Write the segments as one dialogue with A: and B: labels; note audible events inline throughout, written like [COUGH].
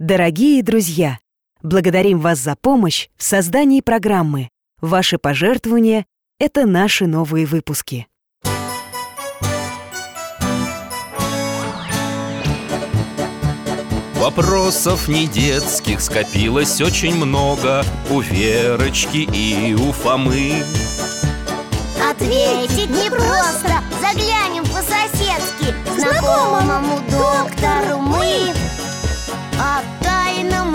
A: Дорогие друзья, благодарим вас за помощь в создании программы. Ваши пожертвования – это наши новые выпуски.
B: Вопросов не детских скопилось очень много У Верочки и у Фомы
C: Ответить непросто Заглянем по-соседски Знакомому доктору мы О тайном,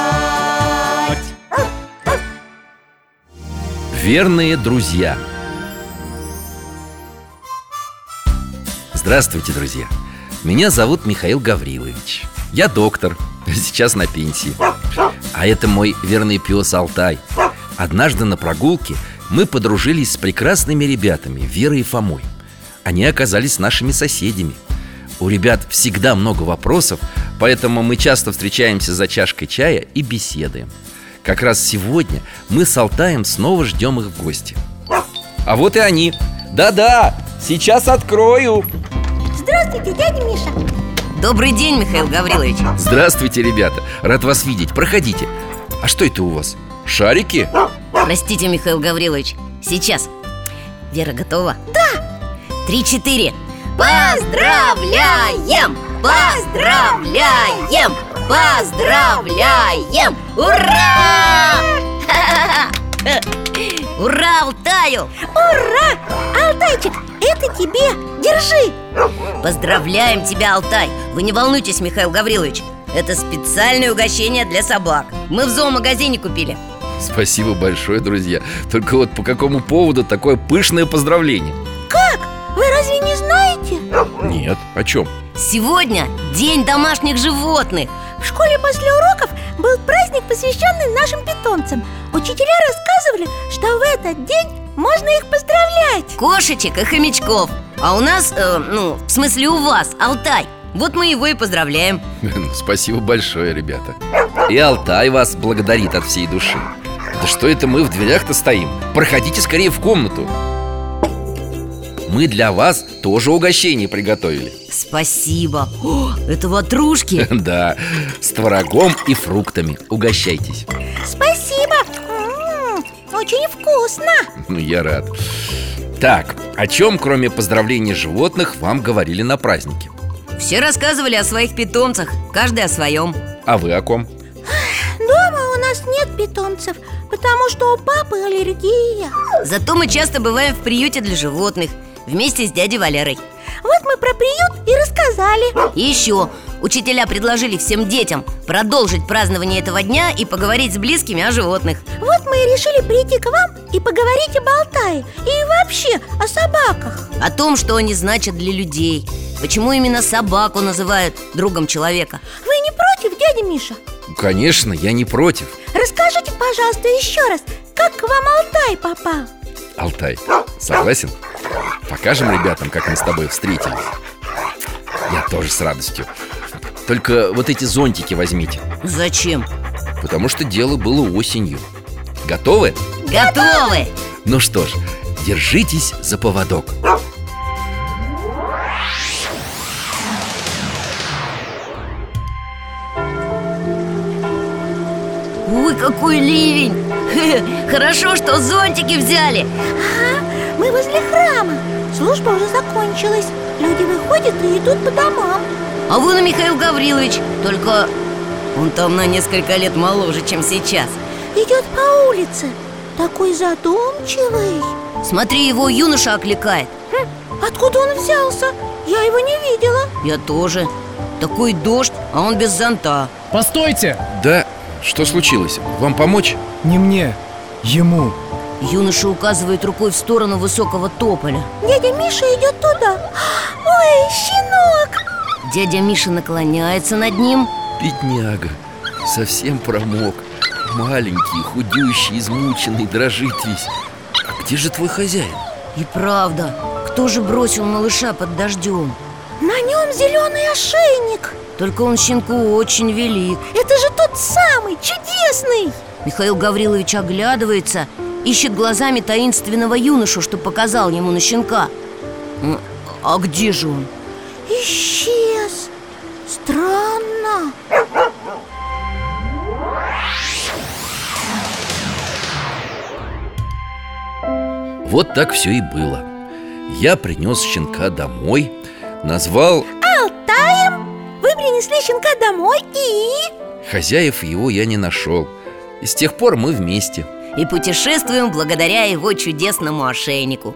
B: Верные друзья Здравствуйте, друзья! Меня зовут Михаил Гаврилович Я доктор, [LAUGHS] сейчас на пенсии А это мой верный пес Алтай Однажды на прогулке мы подружились с прекрасными ребятами Верой и Фомой Они оказались нашими соседями У ребят всегда много вопросов Поэтому мы часто встречаемся за чашкой чая и беседуем Как раз сегодня мы с Алтаем снова ждем их в гости А вот и они Да-да, сейчас открою
D: Здравствуйте, дядя Миша
E: Добрый день, Михаил Гаврилович
B: Здравствуйте, ребята! Рад вас видеть. Проходите. А что это у вас? Шарики?
E: Простите, Михаил Гаврилович Сейчас Вера готова? Да Три-четыре Поздравляем! Поздравляем! Поздравляем! Ура! [LAUGHS] Ура, Алтаю!
D: Ура! Алтайчик, это тебе! Держи!
E: Поздравляем тебя, Алтай! Вы не волнуйтесь, Михаил Гаврилович Это специальное угощение для собак Мы в зоомагазине купили
B: Спасибо большое, друзья. Только вот по какому поводу такое пышное поздравление?
D: Вы разве не знаете?
B: Нет. О чем?
E: Сегодня день домашних животных
D: В школе после уроков был праздник, посвященный нашим питомцам Учителя рассказывали, что в этот день можно их поздравлять
E: кошечек и хомячков А у нас, э, ну, в смысле у вас, Алтай Вот мы его и поздравляем
B: [LAUGHS] Спасибо большое, ребята. И Алтай вас благодарит от всей души. Да что это мы в дверях-то стоим? Проходите скорее в комнату. Мы для вас тоже угощение приготовили. [LAUGHS]
E: Спасибо О, это ватрушки
B: Да, с творогом и фруктами. Угощайтесь.
D: Спасибо! М, Очень вкусно!
B: Ну, я рад Так, о чем, кроме поздравлений животных, вам говорили на празднике?
E: Все рассказывали о своих питомцах, каждый о своем
B: А вы о ком?
D: Дома у нас нет питомцев, потому что у папы аллергия
E: Зато мы часто бываем в приюте для животных Вместе с дядей Валерой
D: Вот мы про приют и рассказали
E: И еще учителя предложили всем детям Продолжить празднование этого дня и поговорить с близкими о животных
D: Вот мы и решили прийти к вам и поговорить об Алтае И вообще о собаках
E: О том, что они значат для людей Почему именно собаку называют другом человека
D: Вы не против, дядя Миша?
B: Конечно, я не против
D: Расскажите, пожалуйста, еще раз, как к вам Алтай попал?
B: Алтай, согласен? Покажем ребятам, как мы с тобой встретились Я тоже с радостью Только вот эти зонтики возьмите
E: Зачем?
B: Потому что дело было осенью Готовы?
E: Готовы!
B: Ну что ж, держитесь за поводок
E: Ой, какой ливень! [LAUGHS] Хе-хе, Хорошо, что зонтики взяли
D: Ага, мы возле храма Служба уже закончилась Люди выходят и идут по домам
E: А вон и Михаил Гаврилович Только он там на несколько лет моложе, чем сейчас
D: Идет по улице Такой задумчивый
E: Смотри, его юноша окликает
D: Хм, Откуда он взялся? Я его не видела
E: Я тоже Такой дождь, а он без зонта
F: Постойте!
B: Да, что случилось? Вам помочь?
F: Не мне, ему
E: Юноша указывает рукой в сторону высокого тополя
D: Дядя Миша идет туда А, Ой, щенок!
E: Дядя Миша наклоняется над ним
B: Бедняга, совсем промок маленький, худющий, измученный, дрожит весь А где же твой хозяин?
E: И правда, кто же бросил малыша под дождем?
D: На нем зеленый ошейник
E: Только он щенку очень велик
D: Это же тот самый, чудесный
E: Михаил Гаврилович оглядывается Ищет глазами таинственного юношу, что показал ему на щенка М, А где же он?
D: Исчез Странно
B: Вот так все и было Я принес щенка домой Назвал
D: Алтаем, вы принесли щенка домой и...
B: Хозяев его я не нашел И с тех пор мы вместе
E: И путешествуем благодаря его чудесному ошейнику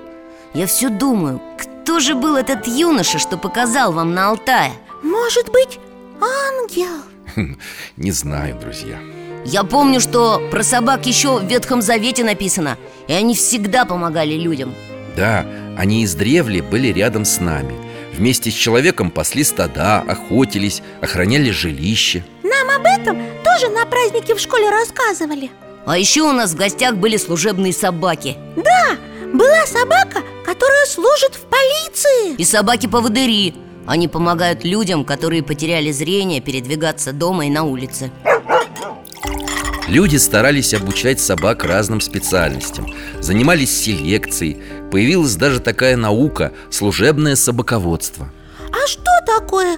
E: Я все думаю, кто же был этот юноша, что показал вам на Алтае?
D: Может быть, ангел?
B: Не знаю, друзья
E: Я помню, что про собак еще в Ветхом Завете написано И они всегда помогали людям
B: Да, они издревле были рядом с нами Вместе с человеком пасли стада, охотились, охраняли жилище
D: Нам об этом тоже на празднике в школе рассказывали
E: А еще у нас в гостях были служебные собаки
D: Да, была собака, которая служит в полиции
E: И собаки-поводыри Они помогают людям, которые потеряли зрение Передвигаться дома и на улице
B: Люди старались обучать собак разным специальностям Занимались селекцией Появилась даже такая наука – служебное собаководство
D: А что такое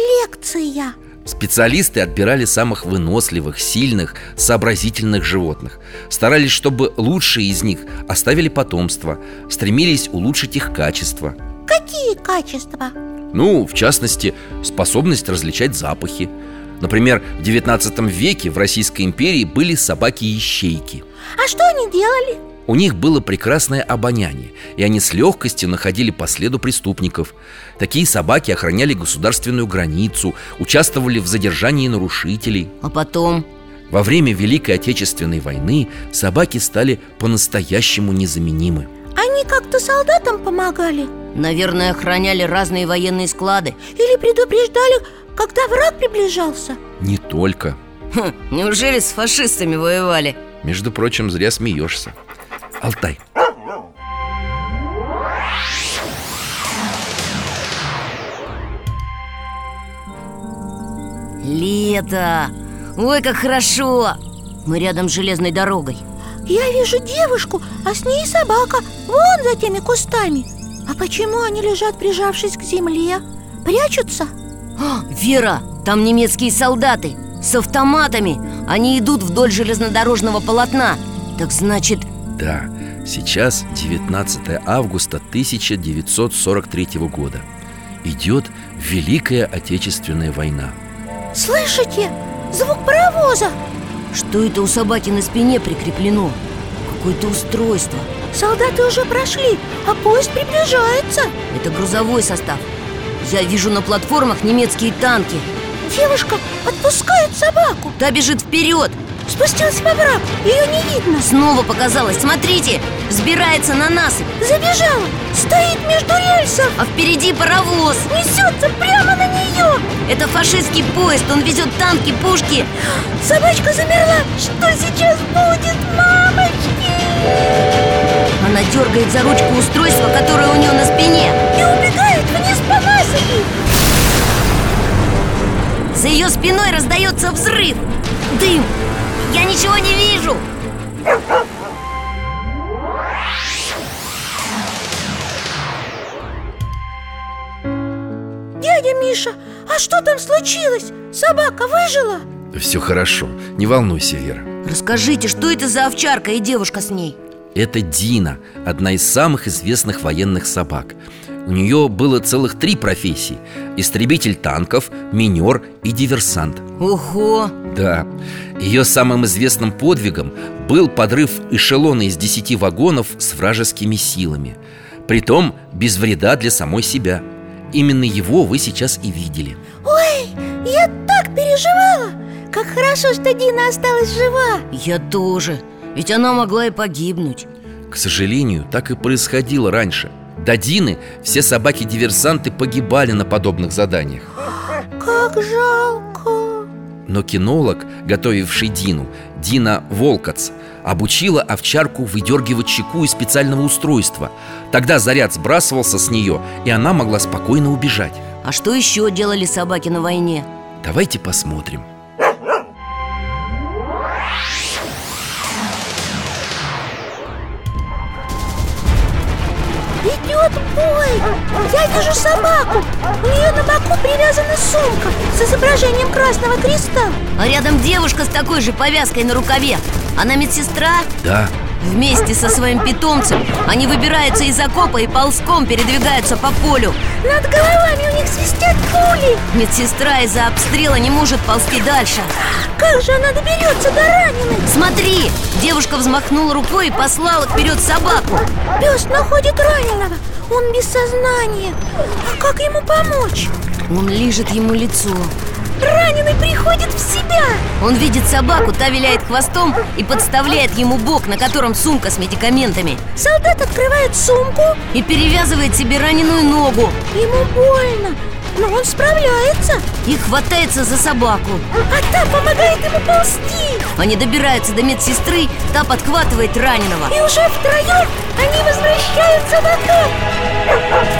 D: селекция?
B: Специалисты отбирали самых выносливых, сильных, сообразительных животных Старались, чтобы лучшие из них оставили потомство Стремились улучшить их качество
D: Какие качества?
B: Ну, в частности, способность различать запахи Например, в XIX веке в Российской империи были собаки-ищейки
D: А что они делали?
B: У них было прекрасное обоняние, и они с легкостью находили по следу преступников. Такие собаки охраняли государственную границу, участвовали в задержании нарушителей.
E: А потом
B: Во время Великой Отечественной войны собаки стали по-настоящему незаменимы.
D: Они как-то солдатам помогали
E: Наверное, охраняли разные военные склады
D: Или предупреждали, когда враг приближался
B: Не только.
E: Хм, Неужели с фашистами воевали?
B: Между прочим, зря смеешься. Алтай,
E: Лето! Ой, как хорошо! Мы рядом с железной дорогой
D: Я вижу девушку, а с ней собака Вон за теми кустами А почему они лежат, прижавшись к земле? Прячутся?
E: А, Вера, там немецкие солдаты С автоматами Они идут вдоль железнодорожного полотна Так значит,
B: да, сейчас 19 августа 1943 года. Идет Великая Отечественная война.
D: Слышите? Звук паровоза
E: что это у собаки на спине прикреплено? Какое-то устройство
D: Солдаты уже прошли, а поезд приближается
E: Это грузовой состав Я вижу на платформах немецкие танки
D: Девушка отпускает собаку
E: Та бежит вперед
D: Спустилась во враг, ее не видно
E: Снова показалось, смотрите, сбирается на насыпь
D: Забежала, стоит между рельсов
E: А впереди паровоз
D: Несется прямо на нее
E: Это фашистский поезд, он везет танки, пушки
D: Собачка замерла Что сейчас будет, мамочки?
E: Она дергает за ручку устройства, которое у нее на спине
D: И убегает вниз по насыпи
E: За ее спиной раздается взрыв Дым Я ничего не вижу
D: Дядя Миша, а что там случилось? Собака выжила?
B: Все хорошо, не волнуйся, Вера.
E: Расскажите, что это за овчарка и девушка с ней?
B: Это Дина, одна из самых известных военных собак. У нее было целых три профессии – истребитель танков, минер и диверсант.
E: Ого!
B: Да, ее самым известным подвигом был подрыв эшелона из 10 вагонов с вражескими силами. Притом без вреда для самой себя. Именно его вы сейчас и видели.
D: Ой, я так переживала Как хорошо, что Дина осталась жива
E: Я тоже Ведь она могла и погибнуть
B: К сожалению, так и происходило раньше. До Дины все собаки-диверсанты погибали на подобных заданиях.
D: Как жалко
B: Но кинолог, готовивший Дину, Дина Волкоц обучила овчарку выдергивать чеку из специального устройства. Тогда заряд сбрасывался с нее, и она могла спокойно убежать.
E: А что еще делали собаки на войне?
B: Давайте посмотрим.
D: Идет бой! Я вижу собаку! У нее на боку привязана сумка с изображением Красного Креста.
E: А рядом девушка с такой же повязкой на рукаве Она медсестра
B: Да,
E: Вместе со своим питомцем Они выбираются из окопа и ползком передвигаются по полю
D: Над головами у них свистят пули.
E: Медсестра из-за обстрела не может ползти дальше
D: Как же она доберется до раненых?
E: Смотри, девушка взмахнула рукой и послала вперед собаку
D: Пес находит раненого. Он без сознания. А как ему помочь?
E: Он лижет ему лицо
D: Раненый приходит в себя.
E: Он видит собаку, та виляет хвостом и подставляет ему бок, на котором сумка с медикаментами
D: Солдат открывает сумку.
E: И перевязывает себе раненую ногу
D: Ему больно. Но он справляется.
E: и хватается за собаку
D: А та помогает ему ползти.
E: Они добираются до медсестры, та подхватывает раненого
D: И уже втроем они возвращаются в окоп.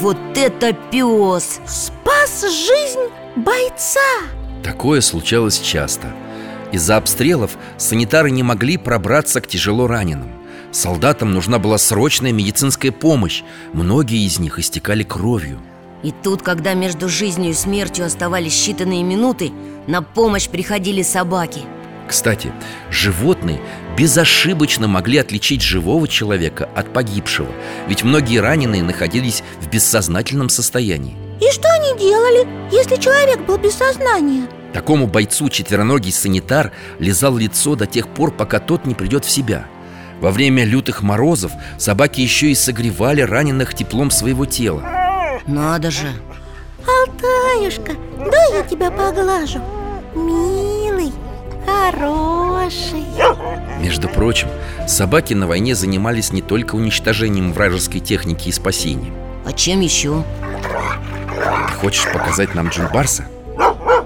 E: Вот это пес!
D: Спас жизнь бойца.
B: такое случалось часто. Из-за обстрелов санитары не могли пробраться к тяжело раненым. Солдатам нужна была срочная медицинская помощь. Многие из них истекали кровью.
E: И тут, когда между жизнью и смертью оставались считанные минуты, на помощь приходили собаки.
B: Кстати, животные безошибочно могли отличить живого человека от погибшего, ведь многие раненые находились в бессознательном состоянии.
D: И что они делали, если человек был без сознания?
B: Такому бойцу четвероногий санитар лизал лицо до тех пор, пока тот не придет в себя. Во время лютых морозов собаки еще и согревали раненых теплом своего тела.
E: Надо же!
D: Алтаюшка, дай я тебя поглажу Милый, хороший
B: Между прочим, собаки на войне занимались не только уничтожением вражеской техники и спасением.
E: А чем еще?
B: Ты хочешь показать нам Джульбарса?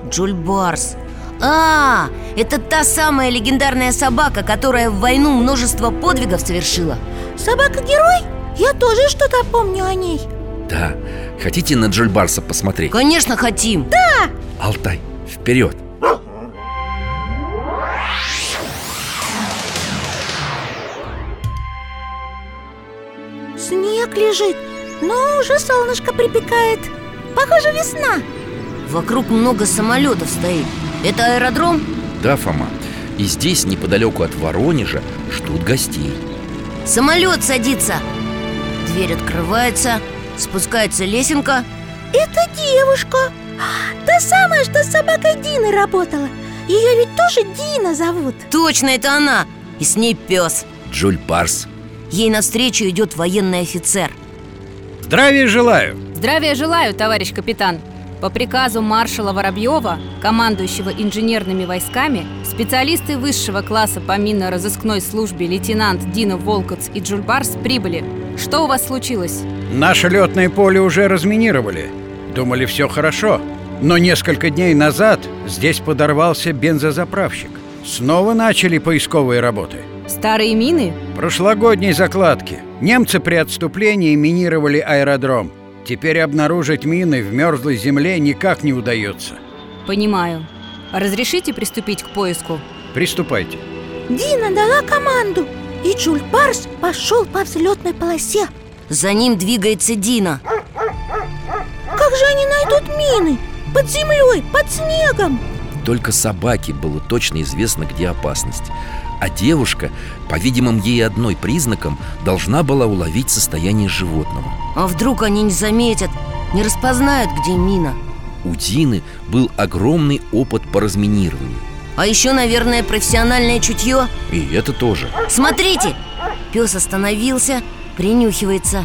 E: Джульбарс А, это та самая легендарная собака, которая в войну множество подвигов совершила
D: Собака-герой? Я тоже что-то помню о ней
B: Да. Хотите на Джульбарса посмотреть?
E: Конечно, хотим!
B: Алтай, вперед!
D: Снег лежит, но уже солнышко припекает Похоже, весна
E: Вокруг много самолетов стоит Это аэродром?
B: Да, Фома. И здесь, неподалеку от Воронежа, ждут гостей.
E: Самолет садится Дверь открывается, спускается лесенка
D: Это девушка Та самая, что с собакой Дины работала Ее ведь тоже Дина зовут
E: Точно, это она! И с ней пес
B: Джульбарс.
E: Ей навстречу идет военный офицер
F: Здравия желаю!
G: Здравия желаю, товарищ капитан! По приказу маршала Воробьева, командующего инженерными войсками, специалисты высшего класса по минно-розыскной службе лейтенант Дина Волкоц и Джульбарс прибыли. Что у вас случилось?
H: Наше летное поле уже разминировали. Думали, все хорошо. Но несколько дней назад здесь подорвался бензозаправщик. Снова начали поисковые работы.
G: Старые мины?
H: Прошлогодней закладки. Немцы при отступлении минировали аэродром. Теперь обнаружить мины в мерзлой земле никак не удается.
G: Понимаю. Разрешите приступить к поиску?
H: Приступайте.
D: Дина дала команду, и Джульбарс пошел по взлетной полосе.
E: За ним двигается Дина
D: Как же они найдут мины? Под землей, под снегом.
B: Только собаке было точно известно, где опасность. А девушка, по видимым ей одной признаком, должна была уловить состояние животного.
E: А вдруг они не заметят, не распознают, где мина?
B: У Дины был огромный опыт по разминированию.
E: А еще, наверное, профессиональное чутье
B: И это тоже.
E: Смотрите! Пес остановился, принюхивается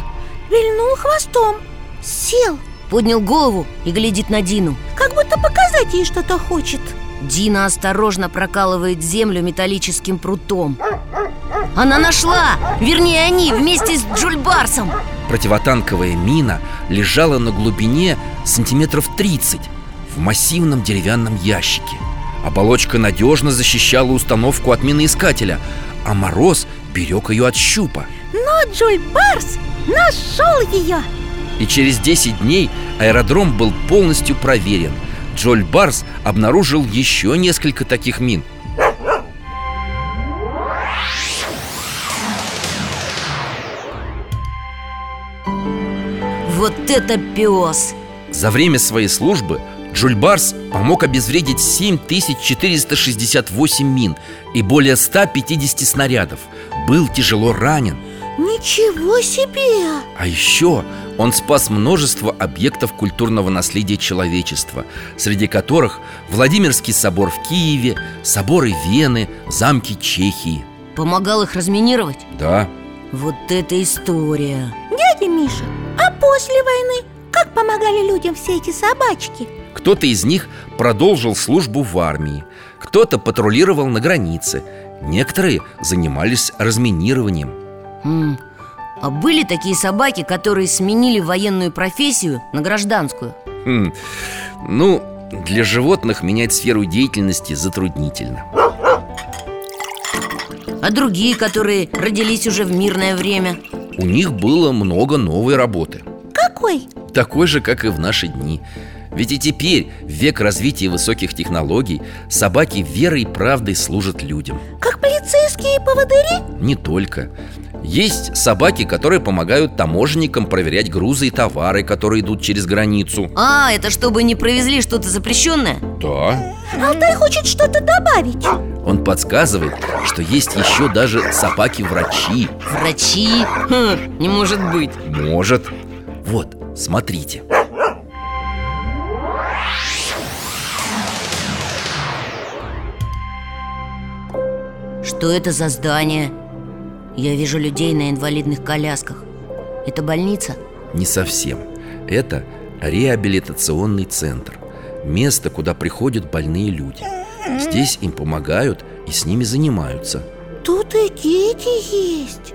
D: Вильнул хвостом, сел,
E: Поднял голову и глядит на Дину
D: как будто показать ей что-то хочет.
E: Дина осторожно прокалывает землю металлическим прутом Она нашла! Вернее, они вместе с Джульбарсом
B: Противотанковая мина лежала на глубине сантиметров 30 в массивном деревянном ящике. Оболочка надежно защищала установку от миноискателя, а мороз берег ее от щупа.
D: Но Джуль А Барс нашел ее
B: И через 10 дней аэродром был полностью проверен. Джоль Барс обнаружил еще несколько таких мин.
E: Вот это пес!
B: За время своей службы Джуль Барс помог обезвредить 7468 мин и более 150 снарядов. Был тяжело ранен.
D: Ничего себе!
B: А еще он спас множество объектов культурного наследия человечества, среди которых Владимирский собор в Киеве, соборы Вены, замки Чехии.
E: Помогал их разминировать?
B: Да,
E: Вот это история
D: Дядя Миша, а после войны как помогали людям все эти собачки?
B: кто-то из них продолжил службу в армии, кто-то патрулировал на границе, некоторые занимались разминированием.
E: М, А были такие собаки, которые сменили военную профессию на гражданскую?
B: Хм, Ну, для животных менять сферу деятельности затруднительно.
E: А другие, которые родились уже в мирное время?
B: У них было много новой работы,
D: Какой?
B: такой же, как и в наши дни. Ведь и теперь, в век развития высоких технологий, собаки верой и правдой служат людям.
D: Как полицейские поводыри?
B: Не только. Есть собаки, которые помогают таможенникам проверять грузы и товары, которые идут через границу.
E: А, это чтобы не провезли что-то запрещенное?
B: Да.
D: Алтай хочет что-то добавить
B: Он подсказывает, что есть еще даже собаки-врачи.
E: Врачи? Хм, не может быть
B: Может. Вот, смотрите.
E: Что это за здание? Я вижу людей на инвалидных колясках Это больница?
B: Не совсем. Это реабилитационный центр. Место, куда приходят больные люди. Здесь им помогают и с ними занимаются.
D: Тут и дети есть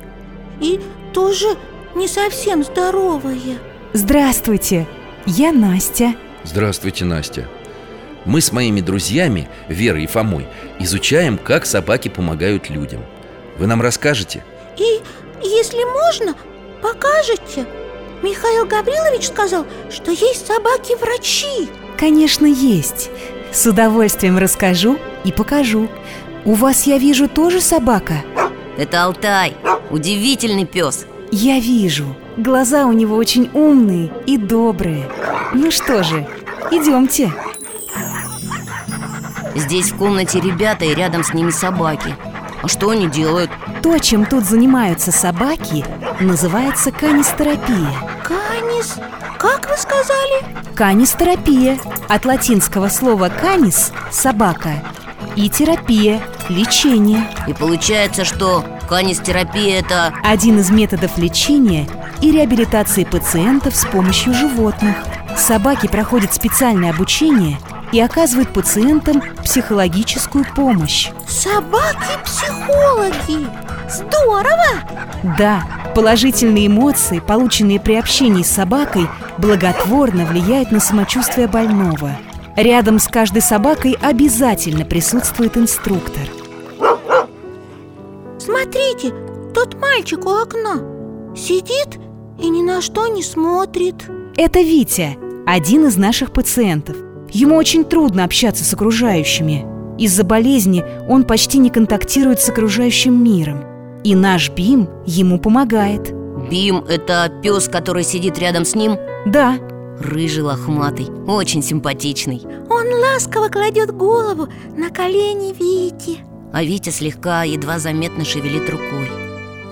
D: И тоже не совсем здоровые
A: Здравствуйте, я Настя.
B: Здравствуйте, Настя. Мы с моими друзьями, Верой и Фомой, изучаем, как собаки помогают людям. Вы нам расскажете?
D: И, если можно, покажете Михаил Гаврилович сказал, что есть собаки-врачи
A: Конечно, есть. С удовольствием расскажу и покажу. У вас, я вижу, тоже собака?
E: Это Алтай Удивительный пес
A: Я вижу. Глаза у него очень умные и добрые. Ну что же, идемте.
E: Здесь в комнате ребята и рядом с ними собаки А что они делают?
A: То, чем тут занимаются собаки, называется канистерапия.
D: Канис, как вы сказали?
A: Канистерапия от латинского слова канис – собака и терапия – лечение.
E: И получается, что канистерапия это...
A: Один из методов лечения и реабилитации пациентов с помощью животных. Собаки проходят специальное обучение и оказывают пациентам психологическую помощь.
D: Собаки-психологи Здорово!
A: Да, положительные эмоции, полученные при общении с собакой, благотворно влияют на самочувствие больного. Рядом с каждой собакой обязательно присутствует инструктор.
D: Смотрите, тот мальчик у окна Сидит и ни на что не смотрит
A: Это Витя, один из наших пациентов. Ему очень трудно общаться с окружающими. Из-за болезни он почти не контактирует с окружающим миром. И наш БИМ ему помогает.
E: Бим это пес, который сидит рядом с ним
A: Да,
E: Рыжий лохматый, очень симпатичный
D: Он ласково кладет голову на колени Вити
E: А Витя слегка, едва заметно шевелит рукой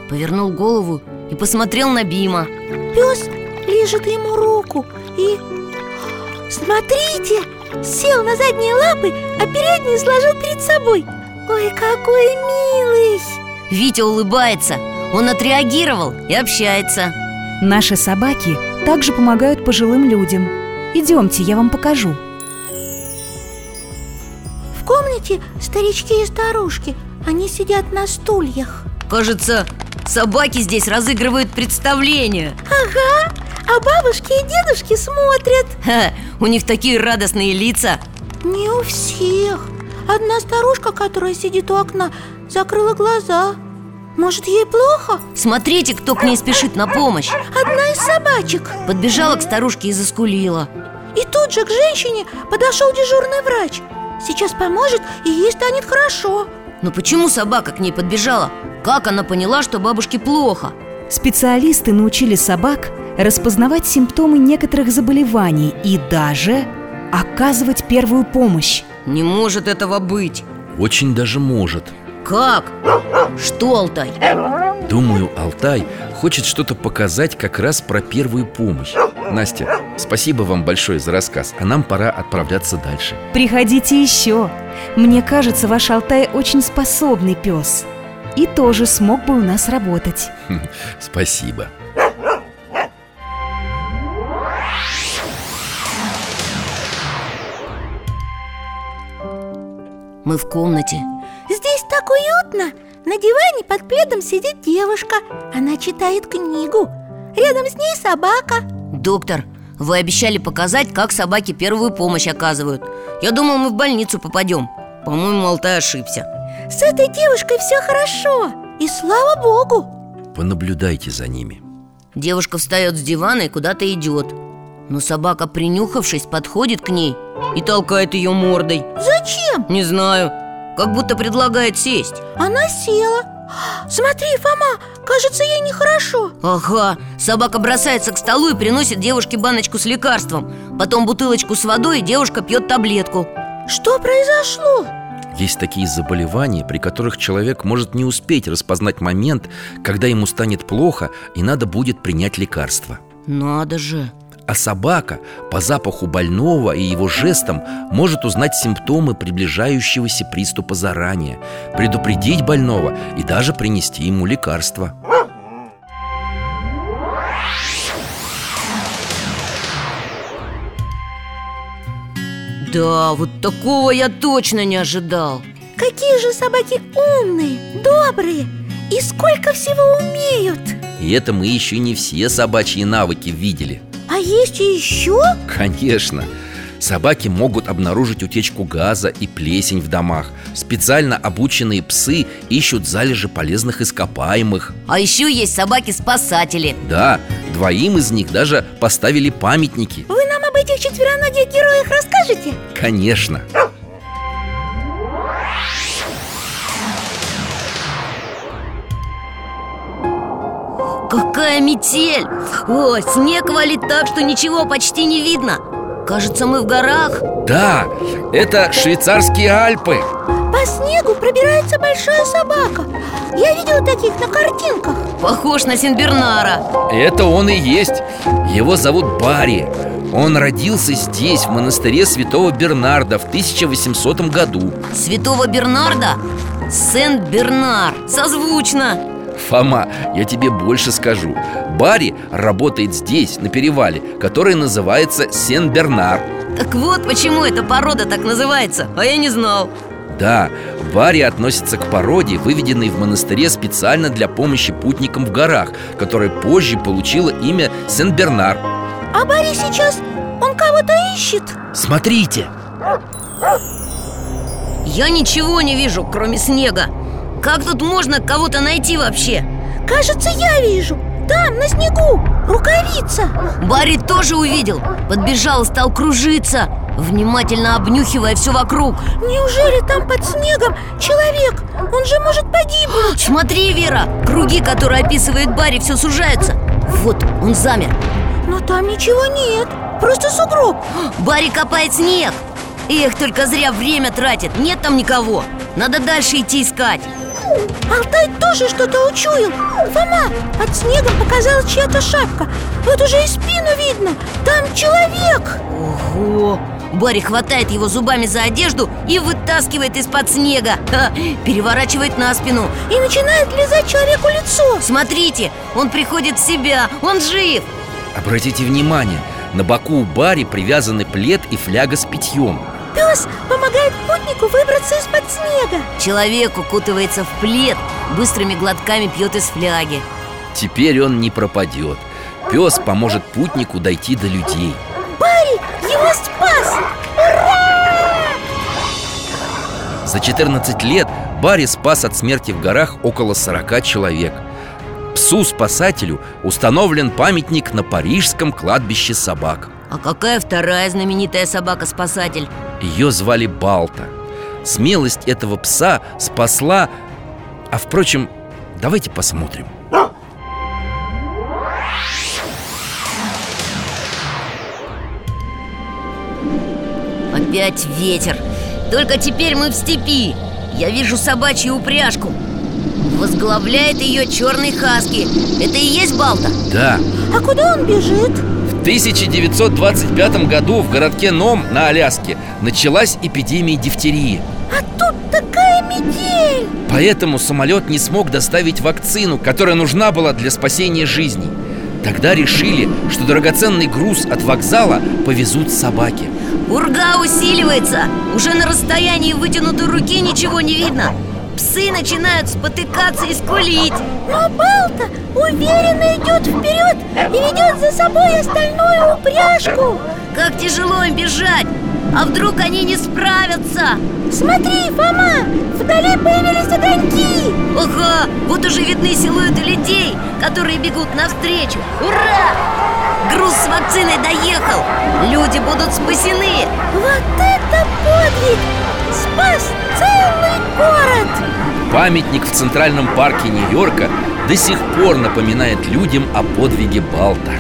E: Повернул голову и посмотрел на Бима
D: Пес лижет ему руку и... Смотрите! Сел на задние лапы, а передние сложил перед собой Ой, какой милый!
E: Витя улыбается, он отреагировал и общается
A: наши собаки также помогают пожилым людям. Идемте, я вам покажу.
D: В Смотрите, старички и старушки, они сидят на стульях
E: Кажется, собаки здесь разыгрывают представление [LAUGHS]
D: Ага, а бабушки и дедушки смотрят
E: Ха, У них такие радостные лица
D: Не у всех Одна старушка, которая сидит у окна, закрыла глаза Может, ей плохо?
E: Смотрите, кто к ней спешит на помощь
D: Одна из собачек
E: Подбежала к старушке и заскулила
D: И тут же к женщине подошел дежурный врач Сейчас поможет, и ей станет хорошо
E: Но почему собака к ней подбежала? Как она поняла, что бабушке плохо?
A: Специалисты научили собак распознавать симптомы некоторых заболеваний и даже оказывать первую помощь.
E: Не может этого быть
B: Очень даже может
E: Как? Что, Алтай?
B: Думаю, Алтай хочет что-то показать как раз про первую помощь Настя, спасибо вам большое за рассказ А нам пора отправляться дальше
A: Приходите еще. Мне кажется, ваш Алтай очень способный пес. И тоже смог бы у нас работать.
B: Спасибо
E: Мы в комнате
D: Здесь так уютно На диване под пледом сидит девушка Она читает книгу Рядом с ней собака
E: Доктор, вы обещали показать, как собаки первую помощь оказывают Я думал, мы в больницу попадем По-моему, Алтай ошибся
D: С этой девушкой все хорошо И слава богу
B: Понаблюдайте за ними
E: Девушка встает с дивана и куда-то идет Но собака, принюхавшись, подходит к ней И толкает ее мордой
D: Зачем?
E: Не знаю, как будто предлагает сесть
D: Она села Смотри, Фома, кажется, ей нехорошо
E: Ага, собака бросается к столу и приносит девушке баночку с лекарством Потом бутылочку с водой, и девушка пьет таблетку
D: Что произошло?
B: Есть такие заболевания, при которых человек может не успеть распознать момент, когда ему станет плохо и надо будет принять лекарство.
E: Надо же
B: А собака по запаху больного и его жестам может узнать симптомы приближающегося приступа заранее, предупредить больного и даже принести ему лекарство.
E: Да, вот такого я точно не ожидал
D: Какие же собаки умные, добрые И сколько всего умеют
B: И это мы еще не все собачьи навыки видели.
D: А есть и еще?
B: Конечно. Собаки могут обнаружить утечку газа и плесень в домах. Специально обученные псы ищут залежи полезных ископаемых.
E: А еще есть собаки-спасатели
B: Да, двоим из них даже поставили памятники.
D: Вы нам об этих четвероногих героях расскажете?
B: Конечно.
E: Какая метель! О, снег валит так, что ничего почти не видно Кажется, мы в горах
B: Да, это швейцарские Альпы.
D: По снегу пробирается большая собака Я видела таких на картинках
E: Похож на Синбернара
B: Это он и есть. Его зовут Барри. Он родился здесь, в монастыре святого Бернарда в 1800 году.
E: Святого Бернарда? Сент-Бернар Созвучно
B: Фома, я тебе больше скажу Барри работает здесь, на перевале Который называется Сен-Бернар
E: Так вот почему эта порода так называется А я не знал
B: Да, Барри относится к породе, выведенной в монастыре специально для помощи путникам в горах Которая позже получила имя Сен-Бернар
D: А Барри сейчас, он кого-то ищет
B: Смотрите!
E: Я ничего не вижу, кроме снега Как тут можно кого-то найти вообще?
D: Кажется, я вижу Там, на снегу, рукавица
E: Барри тоже увидел Подбежал и стал кружиться Внимательно обнюхивая все вокруг
D: Неужели там под снегом человек? Он же может погибнуть
E: Смотри, Вера, круги, которые описывает Барри, все сужаются Вот, он замер
D: Но там ничего нет, просто сугроб
E: Барри копает снег Эх, только зря время тратит, нет там никого Надо дальше идти искать
D: Алтай тоже что-то учуял Фома, под снегом показалась чья-то шапка Вот уже и спину видно, там человек
E: Ого! Барри хватает его зубами за одежду и вытаскивает из-под снега Ха, Переворачивает на спину
D: И начинает лизать человеку лицо
E: Смотрите, он приходит в себя, он жив
B: Обратите внимание, на боку у Барри привязаны плед и фляга с питьем
D: Пес помогает путнику выбраться из-под снега.
E: Человек укутывается в плед, быстрыми глотками пьет из фляги.
B: Теперь он не пропадет Пес поможет путнику дойти до людей
D: Барри его спас!
B: За 14 лет Барри спас от смерти в горах около 40 человек Псу-спасателю установлен памятник на парижском кладбище собак
E: А какая вторая знаменитая собака-спасатель?
B: Ее звали Балта Смелость этого пса спасла... А впрочем, давайте посмотрим
E: Опять ветер. Только теперь мы в степи. Я вижу собачью упряжку. Возглавляет ее черный хаски. Это и есть Балта?
B: Да,
D: А куда он бежит?
B: в 1925 году в городке Ном на Аляске началась эпидемия дифтерии
D: А тут такая метель!
B: Поэтому самолет не смог доставить вакцину, которая нужна была для спасения жизней. Тогда решили, что драгоценный груз от вокзала повезут собаки.
E: Урга усиливается. Уже на расстоянии вытянутой руки ничего не видно. Псы начинают спотыкаться и скулить.
D: Но Балта уверенно идет вперед и ведет за собой остальную упряжку.
E: Как тяжело им бежать. А вдруг они не справятся?
D: Смотри, Фома, вдали появились огоньки.
E: Ага, вот уже видны силуэты людей, которые бегут навстречу Ура! Груз с вакциной доехал Люди будут спасены
D: Вот это подвиг! Спас целый город!
B: Памятник в Центральном парке Нью-Йорка до сих пор напоминает людям о подвиге Балта.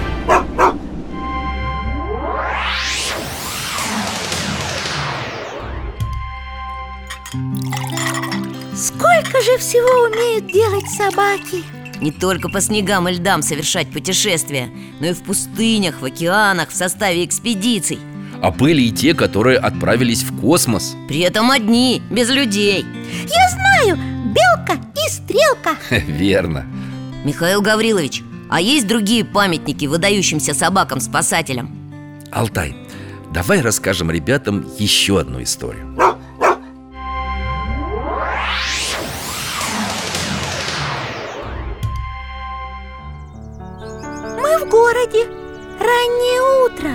D: Сколько же всего умеют делать собаки?
E: Не только по снегам и льдам совершать путешествия Но и в пустынях, в океанах, в составе экспедиций
B: А были и те, которые отправились в космос. [LAUGHS]
E: При этом одни, без людей
D: Я знаю, белка и стрелка.
B: Хе, Верно.
E: Михаил Гаврилович, а есть другие памятники выдающимся собакам-спасателям?
B: Алтай, давай расскажем ребятам еще одну историю.
D: Мы в городе. Раннее утро.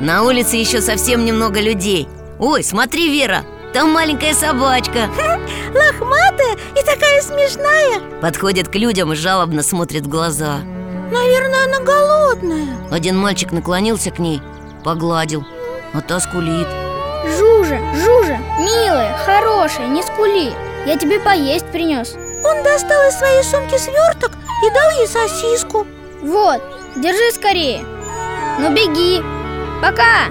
E: На улице еще совсем немного людей Ой, смотри, Вера, там маленькая собачка
D: Лохматая и такая смешная.
E: Подходит к людям и жалобно смотрит в глаза
D: Наверное, она голодная.
E: Один мальчик наклонился к ней, погладил, а та скулит
I: Жужа, Жужа, милая, хорошая, не скули Я тебе поесть принес
D: Он достал из своей сумки сверток и дал ей сосиску.
I: Вот, держи скорее Ну беги, пока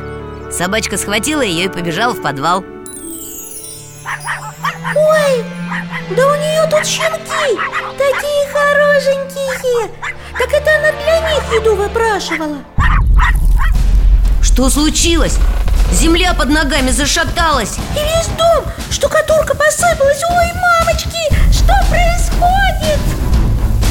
E: Собачка схватила ее и побежала в подвал
D: Ой, да у нее тут щенки Такие хорошенькие Так это она для них еду выпрашивала
E: Что случилось? Земля под ногами зашаталась
D: И весь дом, штукатурка посыпалась Ой, мамочки, что происходит?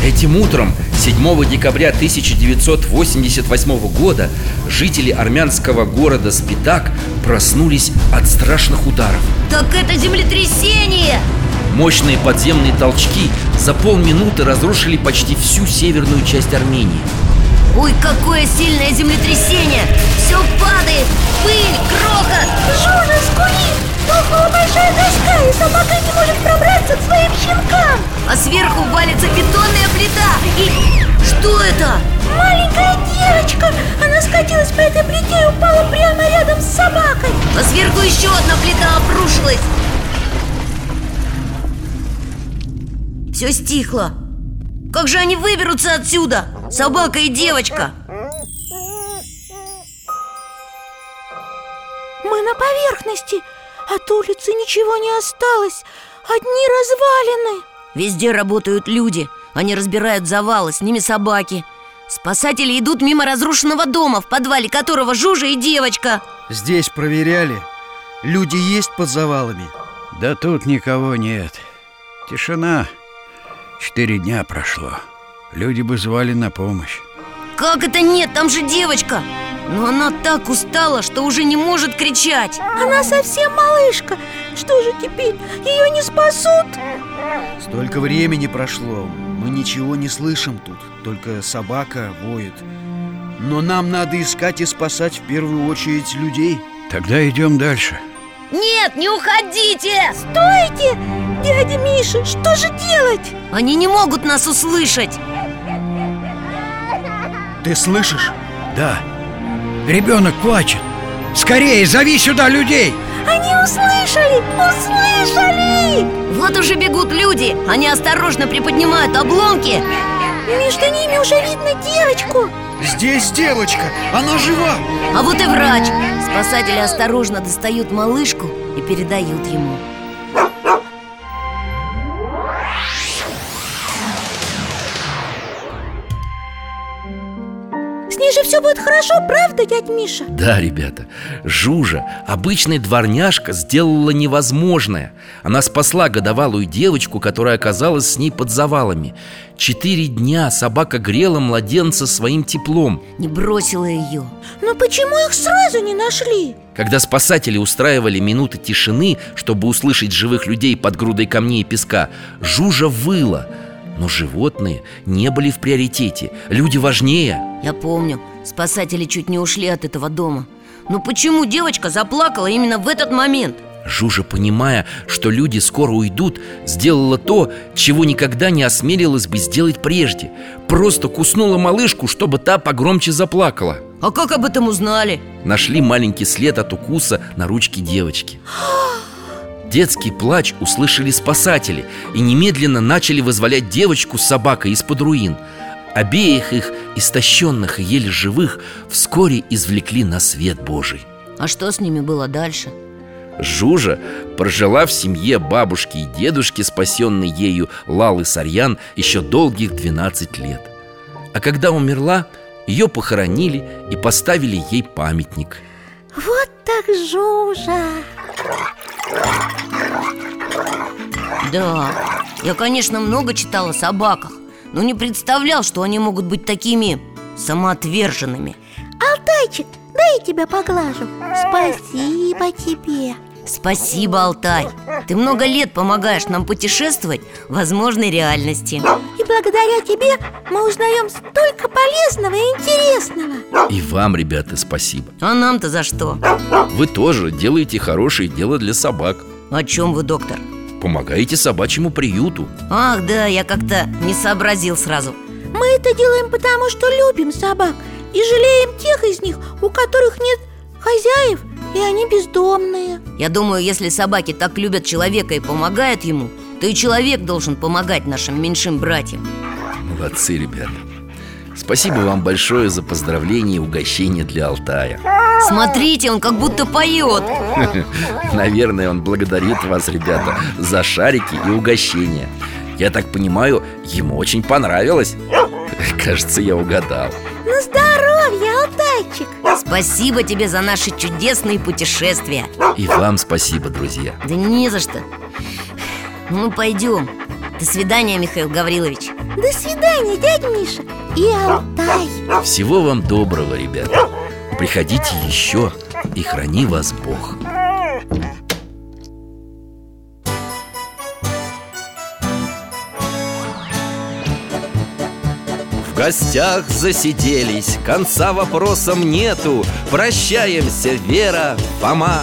B: Этим утром, 7 декабря 1988 года, жители армянского города Спитак проснулись от страшных ударов.
E: Так это землетрясение!
B: Мощные подземные толчки за полминуты разрушили почти всю северную часть Армении.
E: Ой, какое сильное землетрясение! Все падает! Пыль, крохот!
D: Жужа скулит Тухла большая доска И собака не может пробраться к своим щенкам
E: А сверху валится бетонная плита И... Что это?
D: Маленькая девочка Она скатилась по этой плите и упала прямо рядом с собакой
E: А сверху еще одна плита обрушилась Все стихло Как же они выберутся отсюда? Собака и девочка
D: Мы на поверхности От улицы ничего не осталось Одни развалины
E: Везде работают люди Они разбирают завалы, с ними собаки Спасатели идут мимо разрушенного дома В подвале которого Жужа и девочка
J: Здесь проверяли. Люди есть под завалами.
H: Да тут никого нет. Тишина. Четыре дня прошло. Люди бы звали на помощь.
E: Как это нет? Там же девочка Но она так устала, что уже не может кричать
D: Она совсем малышка Что же теперь? Ее не спасут?
J: Столько времени прошло, мы ничего не слышим тут, только собака воет. Но нам надо искать и спасать в первую очередь людей.
H: Тогда идем дальше.
E: Нет, не уходите!
D: Стойте! Дядя Миша, что же делать?
E: Они не могут нас услышать
J: Ты слышишь?
H: Да. Ребенок плачет. Скорее, зови сюда людей!
D: Они услышали! Услышали!
E: Вот уже бегут люди Они осторожно приподнимают обломки
D: Между ними уже видно девочку
J: Здесь девочка! Она жива!
E: А вот и врач Спасатели осторожно достают малышку и передают ему
D: С ней же все будет хорошо, правда, дядь Миша?
B: Да, ребята, Жужа, обычная дворняжка, сделала невозможное Она спасла годовалую девочку, которая оказалась с ней под завалами Четыре дня собака грела младенца своим теплом
E: Не бросила ее
D: Но почему их сразу не нашли?
B: Когда спасатели устраивали минуты тишины, чтобы услышать живых людей под грудой камней и песка Жужа выла но животные не были в приоритете Люди важнее
E: Я помню, спасатели чуть не ушли от этого дома Но почему девочка заплакала именно в этот момент?
B: Жужа, понимая, что люди скоро уйдут, сделала то, чего никогда не осмелилась бы сделать прежде Просто куснула малышку, чтобы та погромче заплакала
E: А как об этом узнали?
B: Нашли маленький след от укуса на ручке девочки Детский плач услышали спасатели и немедленно начали вызволять девочку с собакой из-под руин. Обеих их, истощенных и еле живых, вскоре извлекли на свет Божий.
E: А что с ними было дальше?
B: Жужа прожила в семье бабушки и дедушки, спасенной ею Лалы Сарьян, еще долгих 12 лет. А когда умерла, ее похоронили и поставили ей памятник.
D: Вот так Жужа!
E: Да, я, конечно, много читал о собаках Но не представлял, что они могут быть такими самоотверженными
D: Алтайчик, дай я тебя поглажу Спасибо тебе
E: Спасибо, Алтай Ты много лет помогаешь нам путешествовать в возможной реальности
D: И благодаря тебе мы узнаем столько полезного и интересного
B: И вам, ребята, спасибо
E: А нам-то за что?
B: Вы тоже делаете хорошее дело для собак
E: О чем вы, доктор?
B: Помогаете собачьему приюту
E: Ах, да, я как-то не сообразил сразу
D: Мы это делаем потому, что любим собак И жалеем тех из них, у которых нет хозяев и они бездомные
E: Я думаю, если собаки так любят человека и помогают ему То и человек должен помогать нашим меньшим братьям
B: Молодцы, ребята Спасибо вам большое за поздравление и угощение для Алтая
E: Смотрите, он как будто поет
B: Наверное, он благодарит вас, ребята, за шарики и угощения Я так понимаю, ему очень понравилось Кажется, я угадал
D: На здоровье, Ну, Алтайчик!
E: Спасибо тебе за наши чудесные путешествия
B: И вам спасибо, друзья
E: Да не за что Ну, пойдем До свидания, Михаил Гаврилович
D: До свидания, дядь Миша и Алтай
B: Всего вам доброго, ребята Приходите еще и храни вас Бог В гостях засиделись, конца вопросам нету Прощаемся, Вера, Фома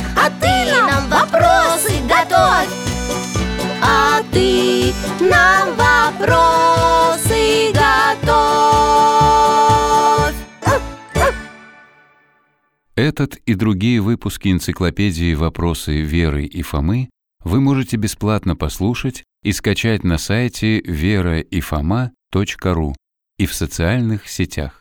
K: А ты нам вопросы готовь А ты нам вопросы готовь
L: Этот и другие выпуски энциклопедии «Вопросы Веры и Фомы» вы можете бесплатно послушать и скачать на сайте вераифома.ру и в социальных сетях.